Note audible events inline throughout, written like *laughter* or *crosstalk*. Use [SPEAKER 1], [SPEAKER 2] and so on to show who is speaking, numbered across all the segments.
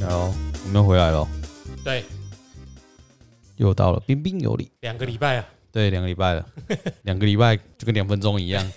[SPEAKER 1] 然后我们又回来了，
[SPEAKER 2] 对，
[SPEAKER 1] 又到了彬彬有礼。
[SPEAKER 2] 两个礼拜啊，
[SPEAKER 1] 对，两个礼
[SPEAKER 2] *laughs*
[SPEAKER 1] 拜了，两个礼拜就跟两分钟一样。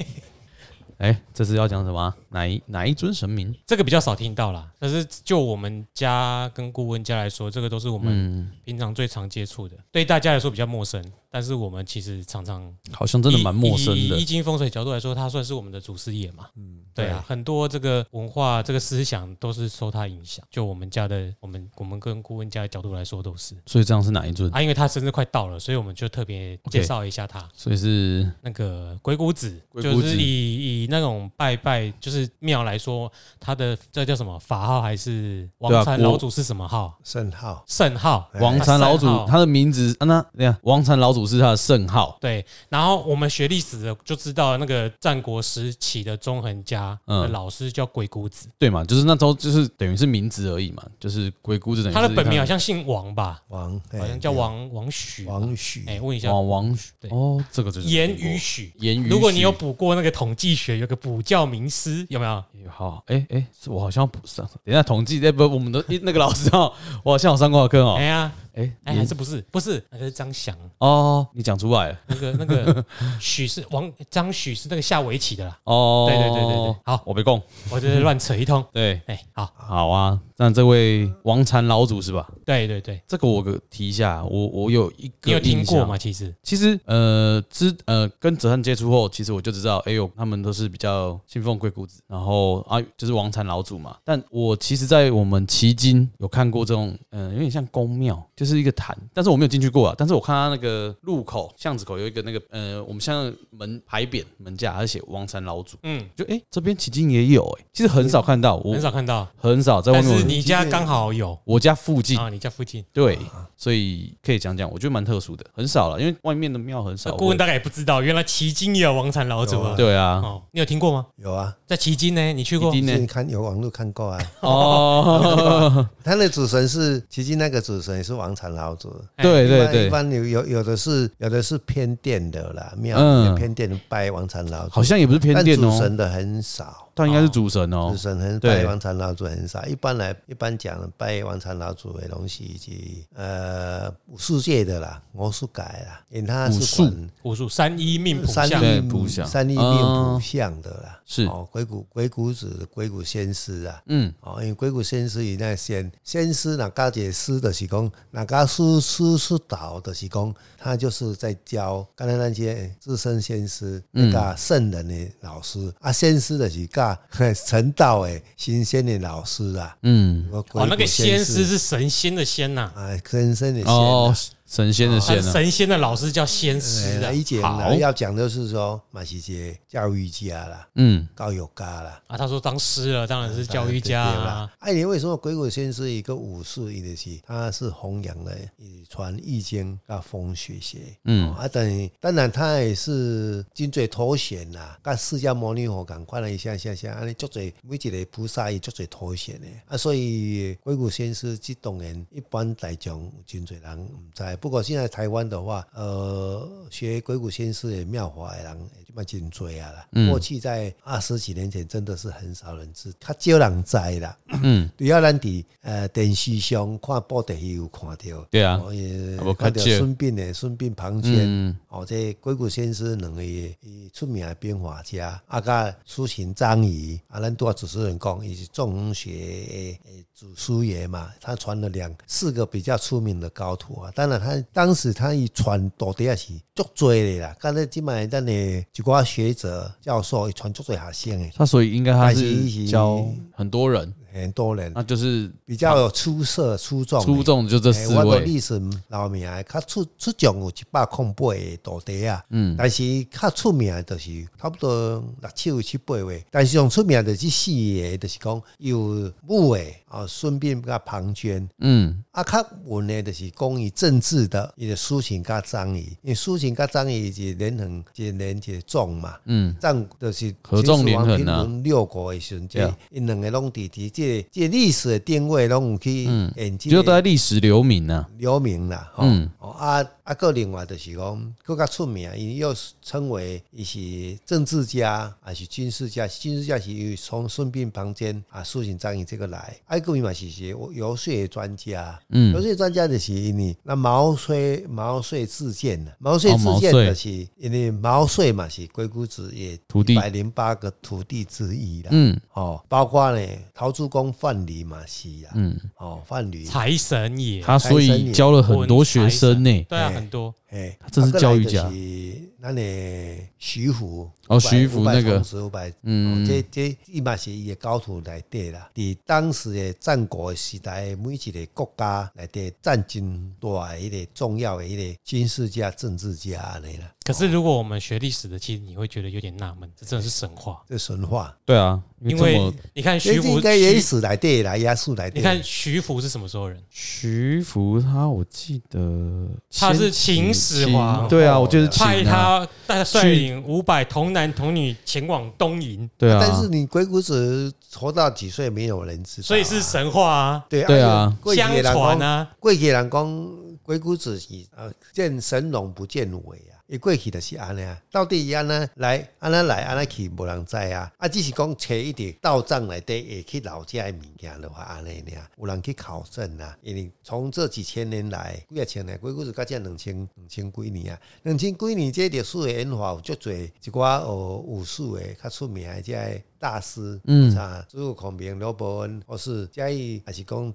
[SPEAKER 1] 哎、这次要讲什么啊？哪一哪一尊神明？
[SPEAKER 2] 这个比较少听到啦。但是就我们家跟顾问家来说，这个都是我们
[SPEAKER 1] 嗯，
[SPEAKER 2] 平常最常接触的，对大家来说比较陌生。但是我们其实常常
[SPEAKER 1] 好像真的
[SPEAKER 2] 以
[SPEAKER 1] 蛮陌生
[SPEAKER 2] 以以
[SPEAKER 1] 的
[SPEAKER 2] 易。经风水角度来说，它算是我们的祖师爷嘛。
[SPEAKER 3] 嗯，
[SPEAKER 2] 对啊，很多这个文化、这个思想都是受它影响。就我们家的，我们我们跟顾问家的角度来说，都是
[SPEAKER 1] 所以这样是哪一尊？
[SPEAKER 2] 啊，因为他生日快到了，所以我们就特别
[SPEAKER 1] OK
[SPEAKER 2] 介绍一下他。
[SPEAKER 1] 所以是
[SPEAKER 2] 那个鬼谷子，
[SPEAKER 1] 鬼谷
[SPEAKER 2] 就
[SPEAKER 1] 子
[SPEAKER 2] 是以以那种拜拜，就是庙来说，他的这叫什么法号还是王
[SPEAKER 1] 对啊
[SPEAKER 2] 禅
[SPEAKER 1] 国
[SPEAKER 2] 老祖是什么号？
[SPEAKER 3] 圣号，
[SPEAKER 2] 圣号。
[SPEAKER 3] 哎
[SPEAKER 1] 王禅老祖
[SPEAKER 2] 他圣，号
[SPEAKER 1] 他的名字啊，那对呀，王禅老祖是他的圣号。
[SPEAKER 2] 对，然后我们学历史的就知道，那个战国时期的纵横家的
[SPEAKER 1] 嗯
[SPEAKER 2] 老师叫鬼谷子，
[SPEAKER 1] 对嘛，就是那时候就是等于是名字而已嘛，就是鬼谷子等于
[SPEAKER 2] 他的
[SPEAKER 1] 是
[SPEAKER 2] 本名好像姓王吧，
[SPEAKER 3] 王，哎
[SPEAKER 2] 好像叫王王许
[SPEAKER 3] 对
[SPEAKER 2] 吧。
[SPEAKER 3] 王许，
[SPEAKER 2] 哎，问一下，
[SPEAKER 1] 王王许
[SPEAKER 2] 对
[SPEAKER 1] 哦，这个就是
[SPEAKER 2] 言语许。
[SPEAKER 1] 言语许。
[SPEAKER 2] 如果你有补过那个统计学，有个补教名师，有没有？
[SPEAKER 1] 哎好，哎哎，是我好像不上，等一下统计，哎不，我们的那个老师哦，我好像有上过课哦
[SPEAKER 2] 哎，呀，
[SPEAKER 1] 哎
[SPEAKER 2] 哎，
[SPEAKER 1] 言
[SPEAKER 2] 还是不是？不是，那个是张翔。
[SPEAKER 1] 哦，你讲出来了
[SPEAKER 2] 那个那
[SPEAKER 1] *laughs*
[SPEAKER 2] 个许是王张许是那个下围棋的啦，
[SPEAKER 1] 哦，
[SPEAKER 2] 对对对对对好
[SPEAKER 1] 我被供，
[SPEAKER 2] 我就是乱扯一通。
[SPEAKER 1] 对，
[SPEAKER 2] 哎，好，
[SPEAKER 1] 好啊，那这位王禅老祖是吧？
[SPEAKER 2] 对对对，
[SPEAKER 1] 这个我个提一下，我我有一个
[SPEAKER 2] 你有听
[SPEAKER 1] 印象
[SPEAKER 2] 过吗？？其实
[SPEAKER 1] 其实呃，知呃跟哲汉接触后，其实我就知道，哎呦，他们都是比较信奉鬼谷子，然后啊就是王禅老祖嘛。但我其实，在我们旗津有看过这种，嗯、有点像宫庙，就是一个坛，但是我没有进去过啊。但是我看他那个路口巷子口有一个那个，呃，我们像门牌匾门架，它写王禅老祖，
[SPEAKER 2] 嗯，
[SPEAKER 1] 就哎、这边旗津也有哎、其实很少看到，我
[SPEAKER 2] 很少看到，
[SPEAKER 1] 很少在外
[SPEAKER 2] 但
[SPEAKER 1] 面
[SPEAKER 2] 是
[SPEAKER 1] 我，
[SPEAKER 2] 你家刚好有
[SPEAKER 1] 我家附近。
[SPEAKER 2] 啊，你家附近，
[SPEAKER 1] 对，所以可以讲讲，我觉得蛮特殊的，很少了，因为外面的庙很少
[SPEAKER 2] 那
[SPEAKER 1] 会。
[SPEAKER 2] 顾问大概也不知道，原来旗津也有王禅老祖啊。
[SPEAKER 1] 对啊，
[SPEAKER 2] 哦，你有听过吗？
[SPEAKER 3] 有啊，
[SPEAKER 2] 在旗津呢，你去过
[SPEAKER 1] 一？定
[SPEAKER 3] 之
[SPEAKER 1] 呢
[SPEAKER 3] 前看有网络看过啊， *laughs*
[SPEAKER 1] 哦，
[SPEAKER 3] 他的主神是，其实那个主神也是王禅老祖。
[SPEAKER 2] 哎
[SPEAKER 1] 对对
[SPEAKER 3] 一般一
[SPEAKER 1] 对，
[SPEAKER 3] 般有有有的是有的是偏殿的啦，庙
[SPEAKER 1] 嗯
[SPEAKER 3] 里面偏殿拜王禅老祖，
[SPEAKER 1] 好像也不是偏
[SPEAKER 3] 但
[SPEAKER 1] 殿
[SPEAKER 3] 主
[SPEAKER 1] 哦，
[SPEAKER 3] 神的很少，
[SPEAKER 1] 他应该是主神哦
[SPEAKER 3] 主。神很
[SPEAKER 1] 对
[SPEAKER 3] 拜王禅老祖很少。一般来一般讲拜王禅老祖的东西，以及呃武术界的啦，魔术界啦，因为他
[SPEAKER 1] 武
[SPEAKER 3] 是
[SPEAKER 1] 术
[SPEAKER 3] 管
[SPEAKER 2] 武术三一命谱
[SPEAKER 3] 三
[SPEAKER 2] 相，
[SPEAKER 1] 对
[SPEAKER 3] 立
[SPEAKER 1] 卜相
[SPEAKER 3] 三立命卜相的啦，
[SPEAKER 1] 是
[SPEAKER 3] 哦，鬼谷鬼谷子鬼谷先师啊，
[SPEAKER 1] 嗯，
[SPEAKER 3] 哦，因为鬼谷先师伊那先先师哪家解师就是讲哪家师师师导就是讲，他就是在教刚才那些资深先师
[SPEAKER 1] 嗯
[SPEAKER 3] 那个圣人的老师啊，先师就是教成道的新鲜的老师啊，
[SPEAKER 1] 嗯，
[SPEAKER 3] 哦
[SPEAKER 2] 哦，那个仙师是神仙的仙呐，
[SPEAKER 3] 啊，真正的仙
[SPEAKER 1] 哦
[SPEAKER 3] 啊。，
[SPEAKER 1] 神仙的仙啊
[SPEAKER 2] 他
[SPEAKER 1] 呢？
[SPEAKER 2] 神仙的老师叫仙师啊
[SPEAKER 3] 一姐
[SPEAKER 1] 好
[SPEAKER 3] 呢要讲的是说，马西杰教育家啦，
[SPEAKER 1] 嗯，
[SPEAKER 3] 教育家啦，
[SPEAKER 2] 啊，他说当师了，当然是教育家
[SPEAKER 3] 对
[SPEAKER 2] 啊
[SPEAKER 3] 吧。？哎，你为什么鬼谷先是一个武术一的是，他是弘扬了以传易经啊风水学，嗯啊，等于当然他也是金嘴头衔啦，跟释迦牟尼佛赶快了一下下啊下，安尼足侪每一个菩萨伊足侪头衔的啊，所以鬼谷先师这当然一般大众有真侪人唔知，不过现在台湾的话，呃，学鬼谷先师的妙法的人就蛮真多啊啦，过去在二十几年前真的是很少人知，较少人知啦。除了咱伫呃电视上看报的有看到，
[SPEAKER 1] 对啊
[SPEAKER 3] 哦也
[SPEAKER 1] 啊不
[SPEAKER 3] 看到
[SPEAKER 1] 较少嗯
[SPEAKER 3] 孙膑的孙膑庞涓，哦，这鬼谷先师两个伊出名的兵法家，啊，甲苏秦、张仪，啊，咱拄啊主持人讲，伊是纵横学的的祖师爷嘛，他传了两四个比较出名的高徒啊，当然他当时他伊传到底也是足多的啦，刚才即摆咱的一寡学者教授伊传足多学生的，
[SPEAKER 1] 他所以应该他
[SPEAKER 3] 但是
[SPEAKER 1] 是
[SPEAKER 3] 是
[SPEAKER 1] 教很多人，
[SPEAKER 3] 很多人
[SPEAKER 1] 那就是
[SPEAKER 3] 比较有出色出众的。
[SPEAKER 1] 出众的就这
[SPEAKER 3] 诶
[SPEAKER 1] 四
[SPEAKER 3] 哎我都
[SPEAKER 1] 位。
[SPEAKER 3] 历史老名的，较出出奖有一百空八个徒弟啊，嗯，但是较出名的就是差不多六七有七八位，但是上出名的这四个，就是讲有武的啊，孙膑甲庞涓，
[SPEAKER 1] 嗯，
[SPEAKER 3] 啊，较文的就是讲伊政治的，伊个苏秦甲张仪，因为苏秦甲张仪是连横，一个连一个纵嘛，
[SPEAKER 1] 嗯，
[SPEAKER 3] 战就是
[SPEAKER 1] 合纵连横啊，
[SPEAKER 3] 六国的时阵，
[SPEAKER 1] 对啊
[SPEAKER 3] 这因两个拢伫伫即个即历史
[SPEAKER 1] 嗯
[SPEAKER 3] 的定位拢有去研究
[SPEAKER 1] 就都在历史留名呢。啊
[SPEAKER 3] 哎留名啦，吼、
[SPEAKER 1] 嗯
[SPEAKER 3] 哦啊啊，啊，个另外就是讲，更较出名，伊又称为伊是政治家，还是军事家？军事家是由从孙膑旁边啊，苏秦、张仪这个来，啊，个伊嘛是是游说专家，
[SPEAKER 1] 嗯
[SPEAKER 3] 游说专家就是因为那毛遂毛遂自荐呐，毛遂
[SPEAKER 1] 哦
[SPEAKER 3] 自
[SPEAKER 1] 毛
[SPEAKER 3] 荐
[SPEAKER 1] 遂
[SPEAKER 3] 就是因为毛遂嘛是鬼谷子也
[SPEAKER 1] 徒弟
[SPEAKER 3] 百零八个徒弟之一啦，
[SPEAKER 1] 嗯
[SPEAKER 3] 哦，包括呢陶朱公范蠡嘛是啦，
[SPEAKER 1] 嗯，
[SPEAKER 3] 哦范蠡，
[SPEAKER 2] 财神爷，啊
[SPEAKER 1] 他所以教了很多学生呢。
[SPEAKER 2] 对啊，
[SPEAKER 3] 哎
[SPEAKER 2] 很多
[SPEAKER 3] 哎，
[SPEAKER 1] 他真是教育家
[SPEAKER 3] 啊。再来就是那呢，徐福
[SPEAKER 1] 哦徐福那个
[SPEAKER 3] 五百，
[SPEAKER 1] 嗯
[SPEAKER 3] 嗯，这这伊嘛是伊的高徒来底啦。伫当时的战国的时代，每一个国家来底战争大的一个重要的一个军事家、政治家安尼啦，
[SPEAKER 2] 可是如果我们学历史的，其实你会觉得有点纳闷，这真的是神话。
[SPEAKER 3] 这神话。
[SPEAKER 1] 对啊，
[SPEAKER 2] 因
[SPEAKER 1] 这
[SPEAKER 2] 为
[SPEAKER 1] 么
[SPEAKER 2] 你看
[SPEAKER 3] 这
[SPEAKER 2] 徐福
[SPEAKER 3] 应，该也
[SPEAKER 2] 徐
[SPEAKER 3] 是来底啦，也是来底。啊
[SPEAKER 2] 你看徐福是什么时候人？
[SPEAKER 1] 徐福他，我记得
[SPEAKER 2] 他是
[SPEAKER 1] 先
[SPEAKER 2] 秦始皇
[SPEAKER 1] 对啊，我就是秦
[SPEAKER 2] 派
[SPEAKER 1] 啊，
[SPEAKER 2] 他带率领五百童男童女前往东瀛，
[SPEAKER 1] 对啊，
[SPEAKER 3] 但是你鬼谷子活到几岁，没有人知道啊。
[SPEAKER 2] 所以是神话啊，
[SPEAKER 3] 对哎
[SPEAKER 1] 对啊
[SPEAKER 3] 过去的
[SPEAKER 2] 相
[SPEAKER 3] 人讲
[SPEAKER 2] 传啊，
[SPEAKER 3] 过去人讲鬼谷子是呃见神龙不见尾啊，伊过去就是安尼啊，到底伊安尼来安尼来安尼去无人知啊，啊只是讲找一点道藏内底会去老家的物件的话安尼尔，有人去考证啊，因为从这几千年来，几啊千年鬼谷子到这两千两千几年啊，两千几年这历史的演化有足多一寡呃武术的较出名的这些大师，
[SPEAKER 1] 嗯
[SPEAKER 3] 啊，诸葛孔明、刘伯温，或是嘉义，还是讲。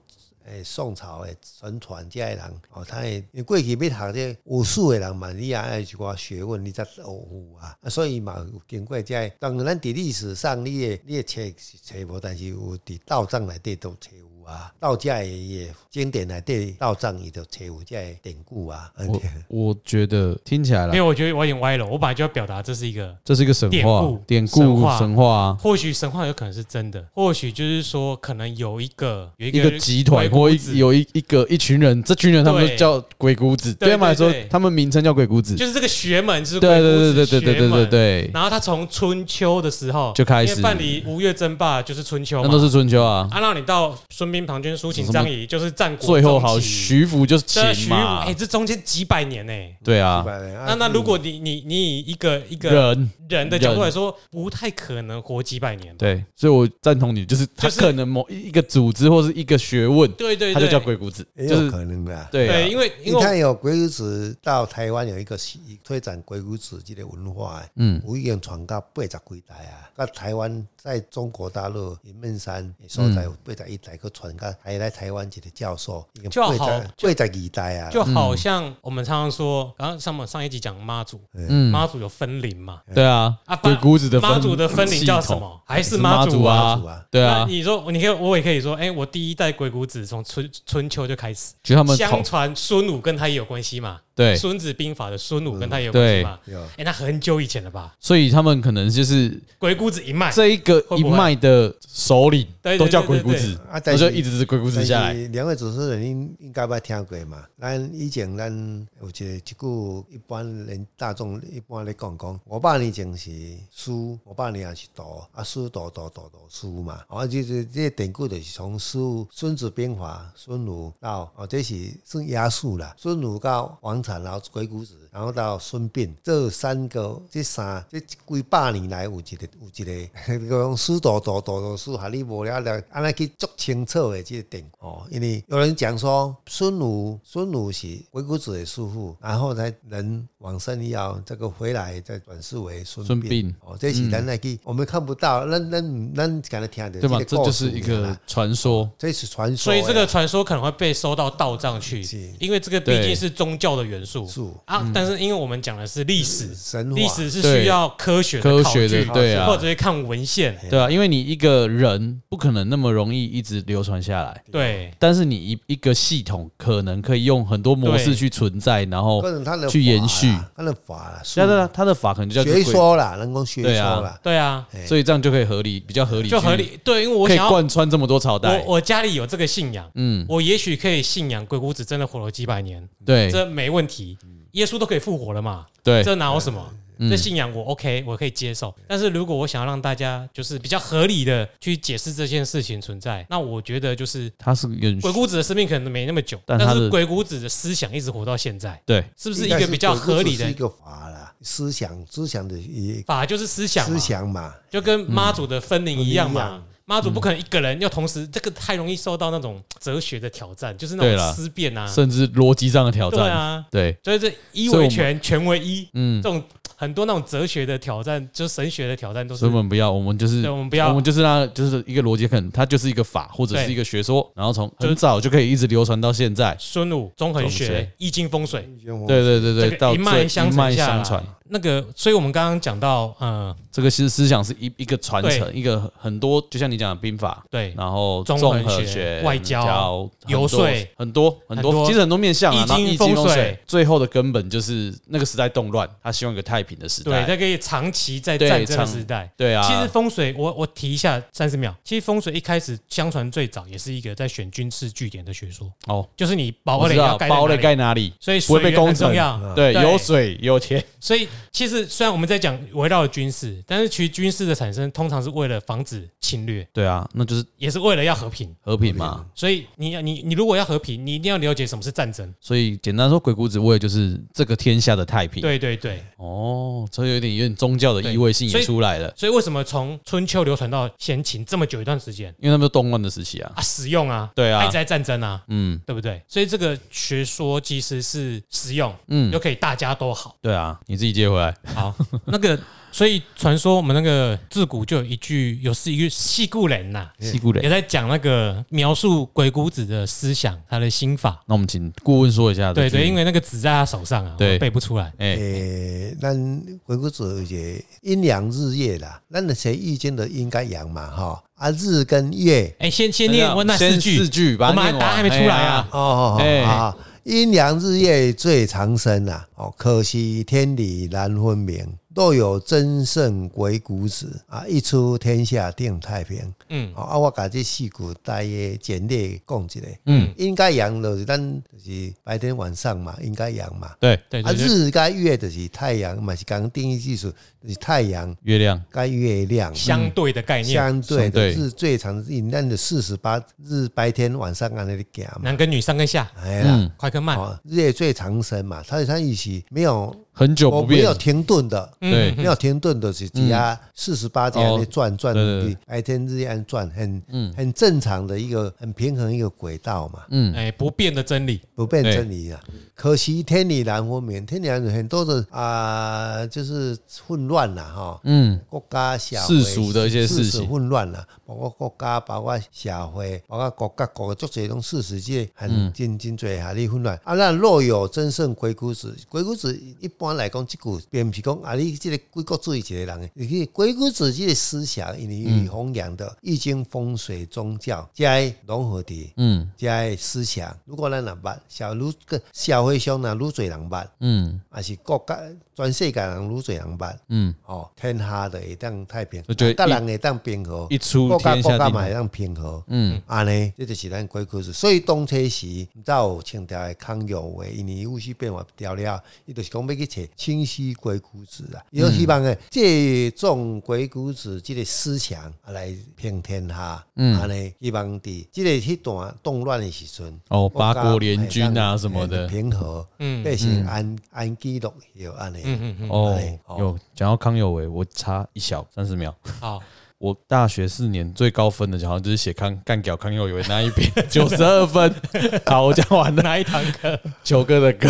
[SPEAKER 3] 诶，宋朝诶，神传这些人哦，他会因为过去要学这武术的人嘛，你也爱一寡学问，你才学有啊。啊，所以嘛，有经过这些当然咱伫历史上你的你的册是找无，但是有伫道藏内底都找有啊。道家的伊的经典内底道藏伊都找有这些典故啊。啊
[SPEAKER 1] 我
[SPEAKER 3] *laughs*
[SPEAKER 1] 我觉得听起来
[SPEAKER 2] 因
[SPEAKER 1] 了
[SPEAKER 2] 为，我觉得我有点歪了，我本来就要表达这是一个
[SPEAKER 1] 这是一个神
[SPEAKER 2] 典
[SPEAKER 1] 话
[SPEAKER 2] 故、
[SPEAKER 1] 典
[SPEAKER 2] 神
[SPEAKER 1] 故、
[SPEAKER 2] 话
[SPEAKER 1] 神话啊，
[SPEAKER 2] 或许神话有可能是真的，或许就是说，可能有一个有一
[SPEAKER 1] 一
[SPEAKER 2] 个
[SPEAKER 1] 个集团
[SPEAKER 2] 鬼谷
[SPEAKER 1] 或一
[SPEAKER 2] 子
[SPEAKER 1] 有一一个一群人，这群人他们都
[SPEAKER 2] 对
[SPEAKER 1] 叫鬼谷子，
[SPEAKER 2] 对
[SPEAKER 1] 对他们来说
[SPEAKER 2] 对对，
[SPEAKER 1] 他们名称叫鬼谷子，
[SPEAKER 2] 就是这个学门，就是
[SPEAKER 1] 对
[SPEAKER 2] 鬼谷
[SPEAKER 1] 对对
[SPEAKER 2] 子
[SPEAKER 1] 对对对对
[SPEAKER 2] 学
[SPEAKER 1] 对
[SPEAKER 2] 门
[SPEAKER 1] 对，
[SPEAKER 2] 然后他从春秋的时候
[SPEAKER 1] 就开始
[SPEAKER 2] 因为办理吴越争霸就是春秋嘛，
[SPEAKER 1] 那都是春秋啊。
[SPEAKER 2] 啊，让你到孙膑、庞涓、苏秦、
[SPEAKER 1] 什么
[SPEAKER 2] 张仪，就是战国
[SPEAKER 1] 最后好，
[SPEAKER 2] 中期
[SPEAKER 1] 徐福就是
[SPEAKER 2] 这
[SPEAKER 1] 秦
[SPEAKER 2] 徐
[SPEAKER 1] 嘛
[SPEAKER 2] 哎、，这中间几百年呢、
[SPEAKER 1] 对啊，
[SPEAKER 2] 那那如果你你你以一个一个
[SPEAKER 1] 人
[SPEAKER 2] 人的角度来说，不太可能活几百年。
[SPEAKER 1] 对，所以我赞同你，就是他
[SPEAKER 2] 就是
[SPEAKER 1] 可能某一个组织或是一个学问，
[SPEAKER 2] 对对对，
[SPEAKER 1] 他就叫鬼啊谷子，
[SPEAKER 3] 也
[SPEAKER 1] 就
[SPEAKER 3] 有
[SPEAKER 1] 是
[SPEAKER 3] 可能啊。
[SPEAKER 1] 对
[SPEAKER 2] 对，
[SPEAKER 1] 啊，
[SPEAKER 2] 因为
[SPEAKER 3] 你
[SPEAKER 2] 因为我
[SPEAKER 3] 看，有鬼谷子到台湾有一个是推展鬼谷子这个文化的，
[SPEAKER 1] 嗯
[SPEAKER 3] 有已经传到八十几代啊。到台湾在中国大陆云门山的所在有八十一代，佮传到还来台湾一个教授，已经
[SPEAKER 2] 就
[SPEAKER 3] 八
[SPEAKER 2] 好
[SPEAKER 3] 十八十二代啊。
[SPEAKER 2] 就好像我们常常说，刚刚上上一集讲妈祖，
[SPEAKER 1] 嗯，
[SPEAKER 2] 妈祖有分灵嘛，
[SPEAKER 1] 对啊
[SPEAKER 2] 啊，
[SPEAKER 1] 鬼谷子的
[SPEAKER 2] 妈祖的分灵叫
[SPEAKER 1] 系
[SPEAKER 2] 什
[SPEAKER 1] 统
[SPEAKER 2] 么？还是
[SPEAKER 1] 是
[SPEAKER 2] 妈
[SPEAKER 1] 祖
[SPEAKER 3] 妈祖
[SPEAKER 1] 啊
[SPEAKER 3] 啊，
[SPEAKER 1] 对
[SPEAKER 2] 那
[SPEAKER 1] 啊，
[SPEAKER 2] 你说，你可以，我也可以说，哎，我第一代鬼谷子从春春秋就开始，
[SPEAKER 1] 就他们
[SPEAKER 2] 相
[SPEAKER 1] 同
[SPEAKER 2] 传孙武跟他也有关系嘛，
[SPEAKER 1] 对嗯
[SPEAKER 2] 《孙子兵法》的孙武跟他也有关系嘛。
[SPEAKER 3] 有
[SPEAKER 2] 哎，那很久以前了吧？
[SPEAKER 1] 所以他们可能就是
[SPEAKER 2] 鬼谷子一脉，
[SPEAKER 1] 这一个
[SPEAKER 2] 哎会
[SPEAKER 1] 一
[SPEAKER 2] 不会
[SPEAKER 1] 脉的首领
[SPEAKER 2] 对对对
[SPEAKER 1] 都叫鬼谷子
[SPEAKER 2] 对，
[SPEAKER 3] 啊，
[SPEAKER 1] 那
[SPEAKER 3] 但
[SPEAKER 1] 就是一直是鬼谷子下
[SPEAKER 3] 但
[SPEAKER 1] 来，
[SPEAKER 3] 是两位主持人应应该捌听过嘛？咱以前咱有一个一句一般人大众一般咧讲讲，五百年前是书，五百年也是道，啊书道道道道书嘛。啊，即即即典故就是从书《孙子兵法》孙武到哦，这是算亚述啦，孙武到王禅，然后鬼谷子，然后到孙膑，这三个这三这几百年来有一个有一个 *laughs* 这个书道道道道书，哈你无了了，安尼去足清楚的这个典故哦，因为有人讲说孙武孙武是鬼谷子的师傅，然后才人往生以后，这个回来再转世为孙
[SPEAKER 1] 孙
[SPEAKER 3] 膑
[SPEAKER 1] 膑嗯
[SPEAKER 3] 哦，这是咱来去、我们看不到，咱咱咱敢才听的
[SPEAKER 1] 对吧？这就是一个传说，
[SPEAKER 3] 这是传说
[SPEAKER 2] 所
[SPEAKER 3] 的
[SPEAKER 2] 以
[SPEAKER 3] 啦，
[SPEAKER 2] 这个传说可能会被收到道藏去
[SPEAKER 3] 是，
[SPEAKER 2] 因为这个毕
[SPEAKER 1] 对
[SPEAKER 2] 竟是宗教的元素
[SPEAKER 3] 是
[SPEAKER 2] 啊。但是因为我们讲的是历史，
[SPEAKER 3] 神话
[SPEAKER 2] 历史是
[SPEAKER 1] 嗯对
[SPEAKER 2] 需要科学
[SPEAKER 1] 科
[SPEAKER 2] 的考
[SPEAKER 1] 学的
[SPEAKER 2] 据，
[SPEAKER 1] 对啊
[SPEAKER 2] 或者是看文献，
[SPEAKER 1] 对啊，因为你一个人不可能那么容易一直流传下来。
[SPEAKER 2] 对。
[SPEAKER 1] 但是你一一个系统可能可以用很多模式
[SPEAKER 2] 对
[SPEAKER 1] 去存在，然后
[SPEAKER 3] 可能他的
[SPEAKER 1] 去延
[SPEAKER 3] 法啦
[SPEAKER 1] 续
[SPEAKER 3] 他的法啦，
[SPEAKER 1] 对啊对啊，他的法可能就叫
[SPEAKER 3] 学
[SPEAKER 1] 鬼，
[SPEAKER 3] 说哎啦，人工学
[SPEAKER 1] 对
[SPEAKER 3] 说
[SPEAKER 1] 啊
[SPEAKER 3] 啦，
[SPEAKER 2] 对啊，
[SPEAKER 1] 所以这样就可以合理，比较合理，
[SPEAKER 2] 就合，理。对，因为我
[SPEAKER 1] 可以
[SPEAKER 2] 想要，
[SPEAKER 1] 贯穿这么多朝
[SPEAKER 2] 我
[SPEAKER 1] 代。
[SPEAKER 2] 我家里有这个信仰，
[SPEAKER 1] 嗯，
[SPEAKER 2] 我也许可以信仰鬼谷子真的活了几百年，
[SPEAKER 1] 对嗯
[SPEAKER 2] 这没问题。耶稣都可以复活了嘛，
[SPEAKER 1] 对
[SPEAKER 2] 这哪有什么？
[SPEAKER 1] 嗯
[SPEAKER 2] 这信仰我 OK，我可以接受。但是如果我想要让大家就是比较合理的去解释这件事情存在，那我觉得就是
[SPEAKER 1] 他是有
[SPEAKER 2] 鬼谷子的生命可能没那么久，
[SPEAKER 1] 但
[SPEAKER 2] 但
[SPEAKER 1] 他的
[SPEAKER 2] 是鬼谷子的思想一直活到现在，
[SPEAKER 1] 对，
[SPEAKER 2] 是不是一个比较合理
[SPEAKER 3] 应该是鬼谷子是
[SPEAKER 2] 的
[SPEAKER 3] 一个法啦，思想思想的一
[SPEAKER 2] 法？就是思想嘛，
[SPEAKER 3] 思想嘛，
[SPEAKER 2] 就跟妈祖的分灵一样
[SPEAKER 3] 嗯分灵一
[SPEAKER 2] 嘛
[SPEAKER 3] 样。
[SPEAKER 2] 妈祖不可能一个人要同时，这个太容易受到那种哲学的挑战，就是
[SPEAKER 1] 对
[SPEAKER 2] 那
[SPEAKER 1] 啦
[SPEAKER 2] 种思辨啊，
[SPEAKER 1] 甚至逻辑上的挑
[SPEAKER 2] 对
[SPEAKER 1] 战，
[SPEAKER 2] 啊，
[SPEAKER 1] 对，
[SPEAKER 2] 所以这一
[SPEAKER 1] 所以我
[SPEAKER 2] 为
[SPEAKER 1] 们
[SPEAKER 2] 全，全为一，
[SPEAKER 1] 嗯
[SPEAKER 2] 这，种很多那种哲学的挑战，就神学的挑战都是
[SPEAKER 1] 所以我们不要，我们就是
[SPEAKER 2] 对我们不要
[SPEAKER 1] 我们就是让它就是一个逻辑，可能它就是一个法或者
[SPEAKER 2] 对
[SPEAKER 1] 是一个学说，然后从
[SPEAKER 2] 就
[SPEAKER 1] 很早就可以一直流传到现在。
[SPEAKER 2] 孙武、纵横
[SPEAKER 1] 纵
[SPEAKER 2] 学
[SPEAKER 1] 学、
[SPEAKER 2] 易经风水，
[SPEAKER 1] 对对对
[SPEAKER 2] 这
[SPEAKER 1] 对，
[SPEAKER 2] 个
[SPEAKER 1] 到
[SPEAKER 2] 一脉
[SPEAKER 1] 最
[SPEAKER 2] 相
[SPEAKER 1] 一脉
[SPEAKER 2] 承下
[SPEAKER 1] 相
[SPEAKER 2] 来
[SPEAKER 1] 传，。
[SPEAKER 2] 那个，所以我们刚刚讲到，嗯，
[SPEAKER 1] 这个思思想是一一个传承，
[SPEAKER 2] 对
[SPEAKER 1] 一个很多，就像你讲的兵法，
[SPEAKER 2] 对，
[SPEAKER 1] 然后
[SPEAKER 2] 纵
[SPEAKER 1] 综
[SPEAKER 2] 横
[SPEAKER 1] 合
[SPEAKER 2] 学
[SPEAKER 1] 学、
[SPEAKER 2] 外交
[SPEAKER 1] 很多
[SPEAKER 2] 游说
[SPEAKER 1] 很多很
[SPEAKER 2] 很
[SPEAKER 1] 多，
[SPEAKER 2] 多
[SPEAKER 1] 其实很多面向啊。
[SPEAKER 2] 易
[SPEAKER 1] 然后
[SPEAKER 2] 经
[SPEAKER 1] 易经
[SPEAKER 2] 风
[SPEAKER 1] 风水
[SPEAKER 2] 水，
[SPEAKER 1] 最后的根本就是那个时代动乱，他希望一个太平的时
[SPEAKER 2] 对，
[SPEAKER 1] 代。
[SPEAKER 2] 那个长期在
[SPEAKER 1] 对
[SPEAKER 2] 战争的
[SPEAKER 1] 长
[SPEAKER 2] 时代。
[SPEAKER 1] 对啊，
[SPEAKER 2] 其实风水，我我提一下三十秒。其实风水一开始相传最早也是一个在选军事据点的学说，
[SPEAKER 1] 哦，
[SPEAKER 2] 就是你堡
[SPEAKER 1] 我知
[SPEAKER 2] 垒要
[SPEAKER 1] 道
[SPEAKER 2] 盖
[SPEAKER 1] 堡
[SPEAKER 2] 在
[SPEAKER 1] 垒
[SPEAKER 2] 哪里，
[SPEAKER 1] 盖哪里，
[SPEAKER 2] 所以
[SPEAKER 1] 不会
[SPEAKER 2] 水
[SPEAKER 1] 被
[SPEAKER 2] 源
[SPEAKER 1] 攻
[SPEAKER 2] 很
[SPEAKER 1] 城嗯
[SPEAKER 2] 重要。
[SPEAKER 1] 对，
[SPEAKER 2] 对
[SPEAKER 1] 有水有田，
[SPEAKER 2] 所以其实虽然我们在讲围绕军事，但是其实军事的产生通常是为了防止侵略，
[SPEAKER 1] 对啊，那就是
[SPEAKER 2] 也是为了要和平。
[SPEAKER 1] 和平嘛。
[SPEAKER 2] 所以你你你如果要和平，你一定要了解什么是战争。
[SPEAKER 1] 所以简单说，鬼谷子为的就是这个天下的太平。
[SPEAKER 2] 对对对，
[SPEAKER 1] 哦，所以有点有点宗教的意味性也
[SPEAKER 2] 对所以
[SPEAKER 1] 出来了，
[SPEAKER 2] 所以为什么从春秋流传到先秦这么久一段时间
[SPEAKER 1] 因为他们是动乱的时期啊。
[SPEAKER 2] 啊？实用啊，
[SPEAKER 1] 对
[SPEAKER 2] 它一
[SPEAKER 1] 啊
[SPEAKER 2] 直，在战争啊，
[SPEAKER 1] 嗯
[SPEAKER 2] 对不对？所以这个学说其实是实用，
[SPEAKER 1] 嗯
[SPEAKER 2] 又，可以大家都好。
[SPEAKER 1] 对啊，你自己接回来。
[SPEAKER 2] 好，那个所以传说我们那个自古就有一句，有是一句戏故人呐、
[SPEAKER 1] 西谷
[SPEAKER 2] 也
[SPEAKER 1] 磊，
[SPEAKER 2] 在讲那个描述鬼谷子的思想，他的心法。
[SPEAKER 1] 那我们请顾问说一下这
[SPEAKER 2] 对
[SPEAKER 1] 句。
[SPEAKER 2] 对，因为那个纸在他手上啊，
[SPEAKER 1] 对
[SPEAKER 2] 我背不出来。
[SPEAKER 1] 哎，
[SPEAKER 3] 诶，咱鬼谷子有一个阴阳日夜啦，咱那些易经的应该阳嘛哈，啊日跟月
[SPEAKER 2] 哎，先先念问那四
[SPEAKER 1] 先四
[SPEAKER 2] 句，
[SPEAKER 1] 句，把它
[SPEAKER 2] 我们还
[SPEAKER 1] 念完
[SPEAKER 2] 答案还没出来啊！
[SPEAKER 3] 哦
[SPEAKER 1] 哎
[SPEAKER 3] 啊，阴阳日夜最长生呐、啊，哦，可惜天理难分明。若有真圣鬼谷子啊，一出天下定太平。
[SPEAKER 2] 嗯
[SPEAKER 3] 哦，啊，我把这四句大约简略讲一下。
[SPEAKER 1] 嗯，
[SPEAKER 3] 应该阳就是咱就是白天晚上嘛，应该阳嘛。
[SPEAKER 1] 对，
[SPEAKER 2] 对
[SPEAKER 3] 啊，
[SPEAKER 2] 对对，
[SPEAKER 3] 日该月就是太阳嘛，是刚定义技术，就是太阳
[SPEAKER 1] 月亮
[SPEAKER 3] 该月亮
[SPEAKER 2] 相对的概念，
[SPEAKER 3] 相对
[SPEAKER 1] 相对
[SPEAKER 3] 的是最长日，那你四十八日白天晚上按那里行嘛，
[SPEAKER 2] 男跟女，上跟下，
[SPEAKER 3] 哎呀
[SPEAKER 1] 嗯，
[SPEAKER 2] 快跟慢，
[SPEAKER 3] 哦，日夜最长生嘛，它它一起没有
[SPEAKER 1] 很久
[SPEAKER 3] 我
[SPEAKER 1] 不
[SPEAKER 3] 没
[SPEAKER 1] 变
[SPEAKER 3] 有，停顿的。
[SPEAKER 2] 嗯
[SPEAKER 1] 对
[SPEAKER 2] 嗯嗯
[SPEAKER 3] 没有停顿的是底下四十八天
[SPEAKER 1] 哦
[SPEAKER 3] 那转转
[SPEAKER 1] 对对对，
[SPEAKER 3] 白天日夜按转，很很正常的一个很平衡一个轨道嘛。
[SPEAKER 1] 嗯，
[SPEAKER 2] 哎，不变的真理，
[SPEAKER 3] 不变真理啊。可惜天理难分明，天理难分明很多的啊、就是混乱了哈。
[SPEAKER 1] 嗯，
[SPEAKER 3] 国家社
[SPEAKER 1] 世
[SPEAKER 3] 会
[SPEAKER 1] 俗的一些事情
[SPEAKER 3] 世俗混乱了，包括国家，包括社会，包括国家国足侪种事实界很
[SPEAKER 1] 嗯
[SPEAKER 3] 真真侪下你混乱。啊，那若有真正鬼谷子，鬼谷子一般来讲，即句并不是讲啊，你即个鬼谷子一个人诶，鬼谷子即个思想，因为弘扬的易经、风水、宗教，加融合的，
[SPEAKER 1] 嗯
[SPEAKER 3] 遮思想，如果咱人捌，社愈个社会上若愈侪人捌，
[SPEAKER 1] 嗯
[SPEAKER 3] 也啊是国家全世界人愈侪人捏，
[SPEAKER 1] 嗯，
[SPEAKER 3] 哦，天下就会当太平，
[SPEAKER 1] 就觉得
[SPEAKER 3] 啊各
[SPEAKER 1] 一
[SPEAKER 3] 人会当平和，
[SPEAKER 1] 一出
[SPEAKER 3] 国家
[SPEAKER 1] 天
[SPEAKER 3] 国
[SPEAKER 1] 下
[SPEAKER 3] 家
[SPEAKER 1] 定
[SPEAKER 3] 嘛会
[SPEAKER 1] 了，
[SPEAKER 3] 当平和。
[SPEAKER 1] 嗯
[SPEAKER 3] 安尼，这就是咱鬼故事。所以当初时，才有清朝的康有为，因为戊戌变法掉了，伊就是讲要去找清晰鬼故事啊。
[SPEAKER 1] 嗯
[SPEAKER 3] 伊就希望诶，借种鬼故事即个思想啊来平天下，
[SPEAKER 1] 嗯
[SPEAKER 3] 安尼、希望伫即个迄段动乱的时阵，
[SPEAKER 1] 哦，
[SPEAKER 3] 国家
[SPEAKER 1] 八国联军啊什么的，
[SPEAKER 3] 平和，
[SPEAKER 2] 嗯
[SPEAKER 3] 百姓安安居乐业安尼。
[SPEAKER 2] 嗯嗯
[SPEAKER 1] 哦
[SPEAKER 3] 哎，哦
[SPEAKER 1] 有讲到康有为，我差一小三十秒。
[SPEAKER 2] 嗯，好，
[SPEAKER 1] 我大学四年最高分的，好像就是写康干屌康有为那一篇，九十二分。 *laughs* 好，我讲完了
[SPEAKER 2] 哪一堂课？
[SPEAKER 1] 球哥的歌，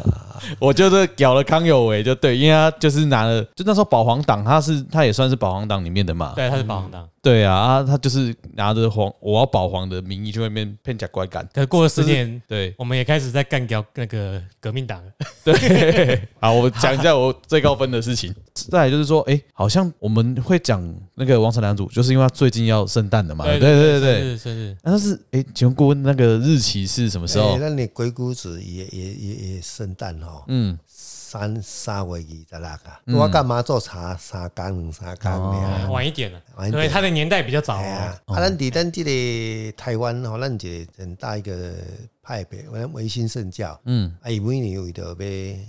[SPEAKER 1] *laughs* 我就是屌了康有为，就对，因为他就是拿了，就那时候保皇党，他是他也算是保皇党里面的嘛，
[SPEAKER 2] *laughs* 对，他是保皇党，
[SPEAKER 1] 对啊，他他就是拿着皇我要保皇的名义去外面骗假怪感，
[SPEAKER 2] 可是过了四年，
[SPEAKER 1] 对
[SPEAKER 2] 我们也开始在干掉那个革命党了，
[SPEAKER 1] 对， *laughs* 好，我讲一下我最高分的事情。再来就是说，哎，好像我们会讲那个王朝良主，就是因为他最近要圣诞
[SPEAKER 2] 啊
[SPEAKER 1] 了嘛，对对对对，
[SPEAKER 2] 是是是，
[SPEAKER 1] 啊但是，哎、请问顾问，那个日期是哦什么时候？
[SPEAKER 3] 那你哎鬼谷子也也也也圣诞吼，
[SPEAKER 1] 嗯，
[SPEAKER 3] 三三月二十六啊，我干嘛做茶三工两三工
[SPEAKER 2] 嗯
[SPEAKER 1] 哦
[SPEAKER 3] 尔？
[SPEAKER 2] 晚一点了，
[SPEAKER 3] 哦晚一点
[SPEAKER 2] 对，他的年代比较早
[SPEAKER 3] 哎
[SPEAKER 2] 哦
[SPEAKER 3] 呀，啊，咱伫咱即个台湾吼，咱有一个很大一个派别，我们维新圣教。
[SPEAKER 1] 嗯
[SPEAKER 3] 啊，伊每年为着要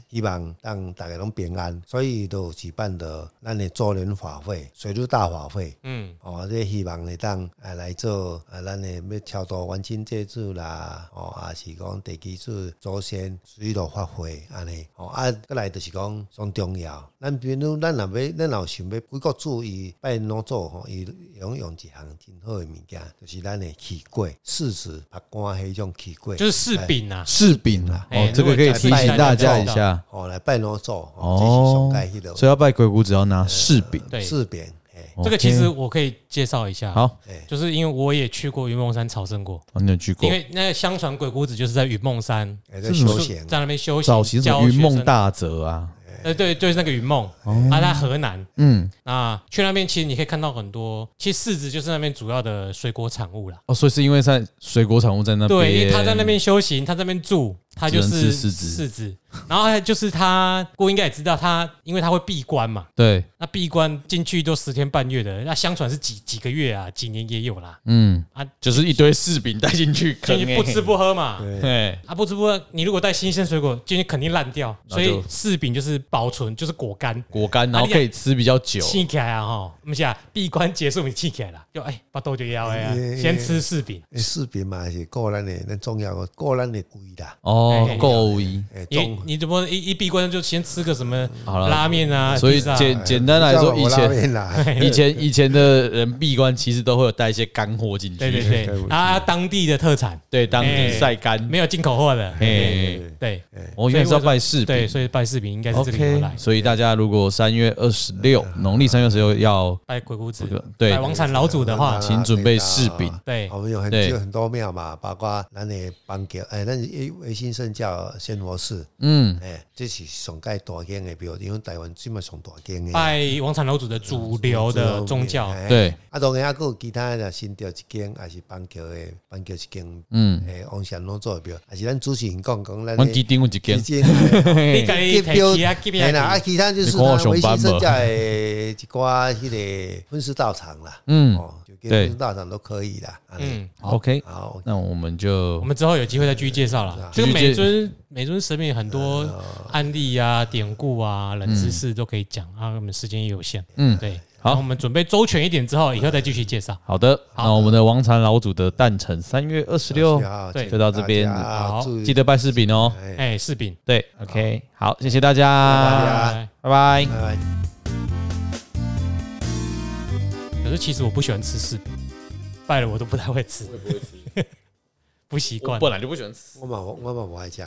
[SPEAKER 3] 希望让大家拢平安，所以就举办的咱的周年法会、水陆大法会。
[SPEAKER 2] 嗯，
[SPEAKER 3] 哦，这希望会当啊来做啊，咱诶要超度完成祭祖啦，哦，啊是讲地基主祖先水路发挥安尼，哦啊，过来就是讲上重要。咱比如咱若要，咱若有想要几个主伊拜哪做吼，伊用用一项真好诶物件，就是咱诶气粿、柿子、白干迄种气粿，
[SPEAKER 2] 就是柿饼啊，
[SPEAKER 1] 柿饼啊，
[SPEAKER 2] 哎
[SPEAKER 1] 哦，这个可以提醒大家一
[SPEAKER 2] 如果
[SPEAKER 1] 下，
[SPEAKER 3] 哦来拜哪做，
[SPEAKER 1] 哦
[SPEAKER 3] 哦，这是上盖迄
[SPEAKER 1] 所以要拜鬼谷只要拿柿饼。
[SPEAKER 2] 对
[SPEAKER 3] 个，哎柿饼，嘿，
[SPEAKER 2] 这个其实
[SPEAKER 1] OK
[SPEAKER 2] 我可以介绍一下，
[SPEAKER 1] 哦好，
[SPEAKER 3] 嘿，
[SPEAKER 2] 就是因为我也去过云梦山朝圣过，
[SPEAKER 1] 哦你有去过
[SPEAKER 2] 因？为那个相传鬼谷子就是在云梦山
[SPEAKER 3] 哎，
[SPEAKER 1] 这
[SPEAKER 3] 在
[SPEAKER 1] 是什么
[SPEAKER 3] 休闲，
[SPEAKER 2] 在那边修行，
[SPEAKER 1] 早期什
[SPEAKER 2] 教
[SPEAKER 1] 么云
[SPEAKER 2] 学
[SPEAKER 1] 梦
[SPEAKER 2] 生，
[SPEAKER 1] 大哦泽啊，
[SPEAKER 2] 呃，对，就是那个云梦，他在河南
[SPEAKER 1] 嗯，
[SPEAKER 2] 啊，去那边其实你可以看到很多，其实柿子就是那边主要的水果产物啦。
[SPEAKER 1] 哦，所以是因为在水果产物在那边，
[SPEAKER 2] 对，因为他在那边修行，他在那边住，他就
[SPEAKER 1] 只能
[SPEAKER 2] 是
[SPEAKER 1] 吃柿子
[SPEAKER 2] 柿子，然后还有就是他，郭应该也知道他，因为他会闭关嘛，
[SPEAKER 1] 对，
[SPEAKER 2] 那闭关进去都十天半月的，那相传是几几个月啊，几年也有啦，
[SPEAKER 1] 嗯
[SPEAKER 2] 啊，
[SPEAKER 1] 就是一堆柿饼带进去
[SPEAKER 2] 所
[SPEAKER 1] 啃
[SPEAKER 2] 以你
[SPEAKER 1] 欸，
[SPEAKER 2] 不吃
[SPEAKER 1] *laughs*
[SPEAKER 2] 不喝嘛。
[SPEAKER 3] 对。
[SPEAKER 1] 对，
[SPEAKER 2] 啊，不吃不喝，你如果带新鲜水果进去肯定烂掉，
[SPEAKER 1] 那
[SPEAKER 2] 所
[SPEAKER 1] 就
[SPEAKER 2] 以柿饼就是保存，就是果干，
[SPEAKER 1] 果干，
[SPEAKER 2] 啊
[SPEAKER 1] 然后可以吃比较久，
[SPEAKER 2] 气起来啊哈，我们讲闭关结束你气起来了，就哎把豆就要哎啊
[SPEAKER 3] 哎哎哎，
[SPEAKER 2] 先吃柿饼，
[SPEAKER 3] 诶，视频嘛是个人的，咱重要的个人的贵啦。
[SPEAKER 1] 哦
[SPEAKER 2] 哎，*laughs*
[SPEAKER 1] 够一。
[SPEAKER 3] 诶，
[SPEAKER 2] 你
[SPEAKER 3] 中
[SPEAKER 2] 你怎么一一闭关就先吃个什么
[SPEAKER 1] 好了
[SPEAKER 2] 拉面啊？
[SPEAKER 1] 所以
[SPEAKER 2] pizza 啊
[SPEAKER 1] 简 *laughs* 简单来说，以前
[SPEAKER 3] 前啦，
[SPEAKER 1] *laughs* 以前以前的人闭关其实都会有带一些干货进去，
[SPEAKER 2] 对对对，啊，当地的特产
[SPEAKER 1] 对当地
[SPEAKER 2] 哎
[SPEAKER 1] 晒干，
[SPEAKER 2] 没有进口货的，
[SPEAKER 1] 哎，
[SPEAKER 2] 对
[SPEAKER 1] 我原来是要拜柿
[SPEAKER 2] 对，
[SPEAKER 1] 饼。
[SPEAKER 2] 所以拜柿饼应该是这个由
[SPEAKER 1] OK，
[SPEAKER 2] 来。
[SPEAKER 1] 所以大家如果三月二十六，农历三月二十六要
[SPEAKER 2] 拜鬼谷子
[SPEAKER 1] 这个，对
[SPEAKER 2] 拜王产老祖的话，
[SPEAKER 1] 请准备柿
[SPEAKER 3] *laughs*
[SPEAKER 1] 饼
[SPEAKER 2] 对
[SPEAKER 3] 我们哦有很
[SPEAKER 1] 对
[SPEAKER 3] 就很多庙嘛，包括咱的邦桥，哎，咱的维新圣教仙佛寺，
[SPEAKER 1] 嗯
[SPEAKER 3] 哎，这是上界大间的庙，因为台湾即嘛上大间的。
[SPEAKER 2] 拜王产老祖的主流的宗教，
[SPEAKER 3] 哎
[SPEAKER 1] 对。
[SPEAKER 3] 啊，当然还有其他的新调一间，也是邦桥的邦桥一间，
[SPEAKER 1] 嗯，
[SPEAKER 3] 哎，王祥拢做的庙，也是咱主持人讲讲咱
[SPEAKER 1] 阮基丁有一间
[SPEAKER 3] 基，金哎的。
[SPEAKER 2] 你可以提起啊，给别
[SPEAKER 3] 哎啦，啊，
[SPEAKER 2] 人。
[SPEAKER 3] 其他就是
[SPEAKER 1] 你看我上
[SPEAKER 3] 维新
[SPEAKER 1] 班
[SPEAKER 3] 剩
[SPEAKER 1] 无
[SPEAKER 3] 下的一寡迄个婚事道场啦，
[SPEAKER 1] 嗯
[SPEAKER 3] 哦，就跟
[SPEAKER 1] 对
[SPEAKER 3] 婚事道场都可以啦。嗯，
[SPEAKER 2] 嗯，
[SPEAKER 1] ，OK，
[SPEAKER 3] 好，
[SPEAKER 1] 那我们就
[SPEAKER 2] 我们之后有机会再继续介绍了。这个
[SPEAKER 1] 继续
[SPEAKER 2] 每
[SPEAKER 1] 介
[SPEAKER 2] 尊每尊神明很多案例啊、典故啊、冷知识都可以讲啊，我们时间也有限。
[SPEAKER 1] 嗯
[SPEAKER 2] 对，
[SPEAKER 1] 好
[SPEAKER 2] 那我们准备周全一点之后，以后再继续介绍。
[SPEAKER 1] 好的。那我们的王禅老祖的诞辰三月二十六，
[SPEAKER 3] 好
[SPEAKER 2] 对
[SPEAKER 1] 就到这边
[SPEAKER 3] 大家
[SPEAKER 2] 好
[SPEAKER 3] 注意
[SPEAKER 1] 记得拜柿饼哦。
[SPEAKER 3] 哎
[SPEAKER 2] 哎，柿饼，
[SPEAKER 1] 对，OK，好，谢谢大家，
[SPEAKER 3] 拜
[SPEAKER 2] 拜。
[SPEAKER 1] 拜拜。
[SPEAKER 3] 拜拜。
[SPEAKER 2] 可是其实我不喜欢吃柿饼，拜了我都不太会 *laughs* 吃，不习惯。
[SPEAKER 1] 本来就不喜欢吃。
[SPEAKER 3] 我嘛我嘛不爱吃。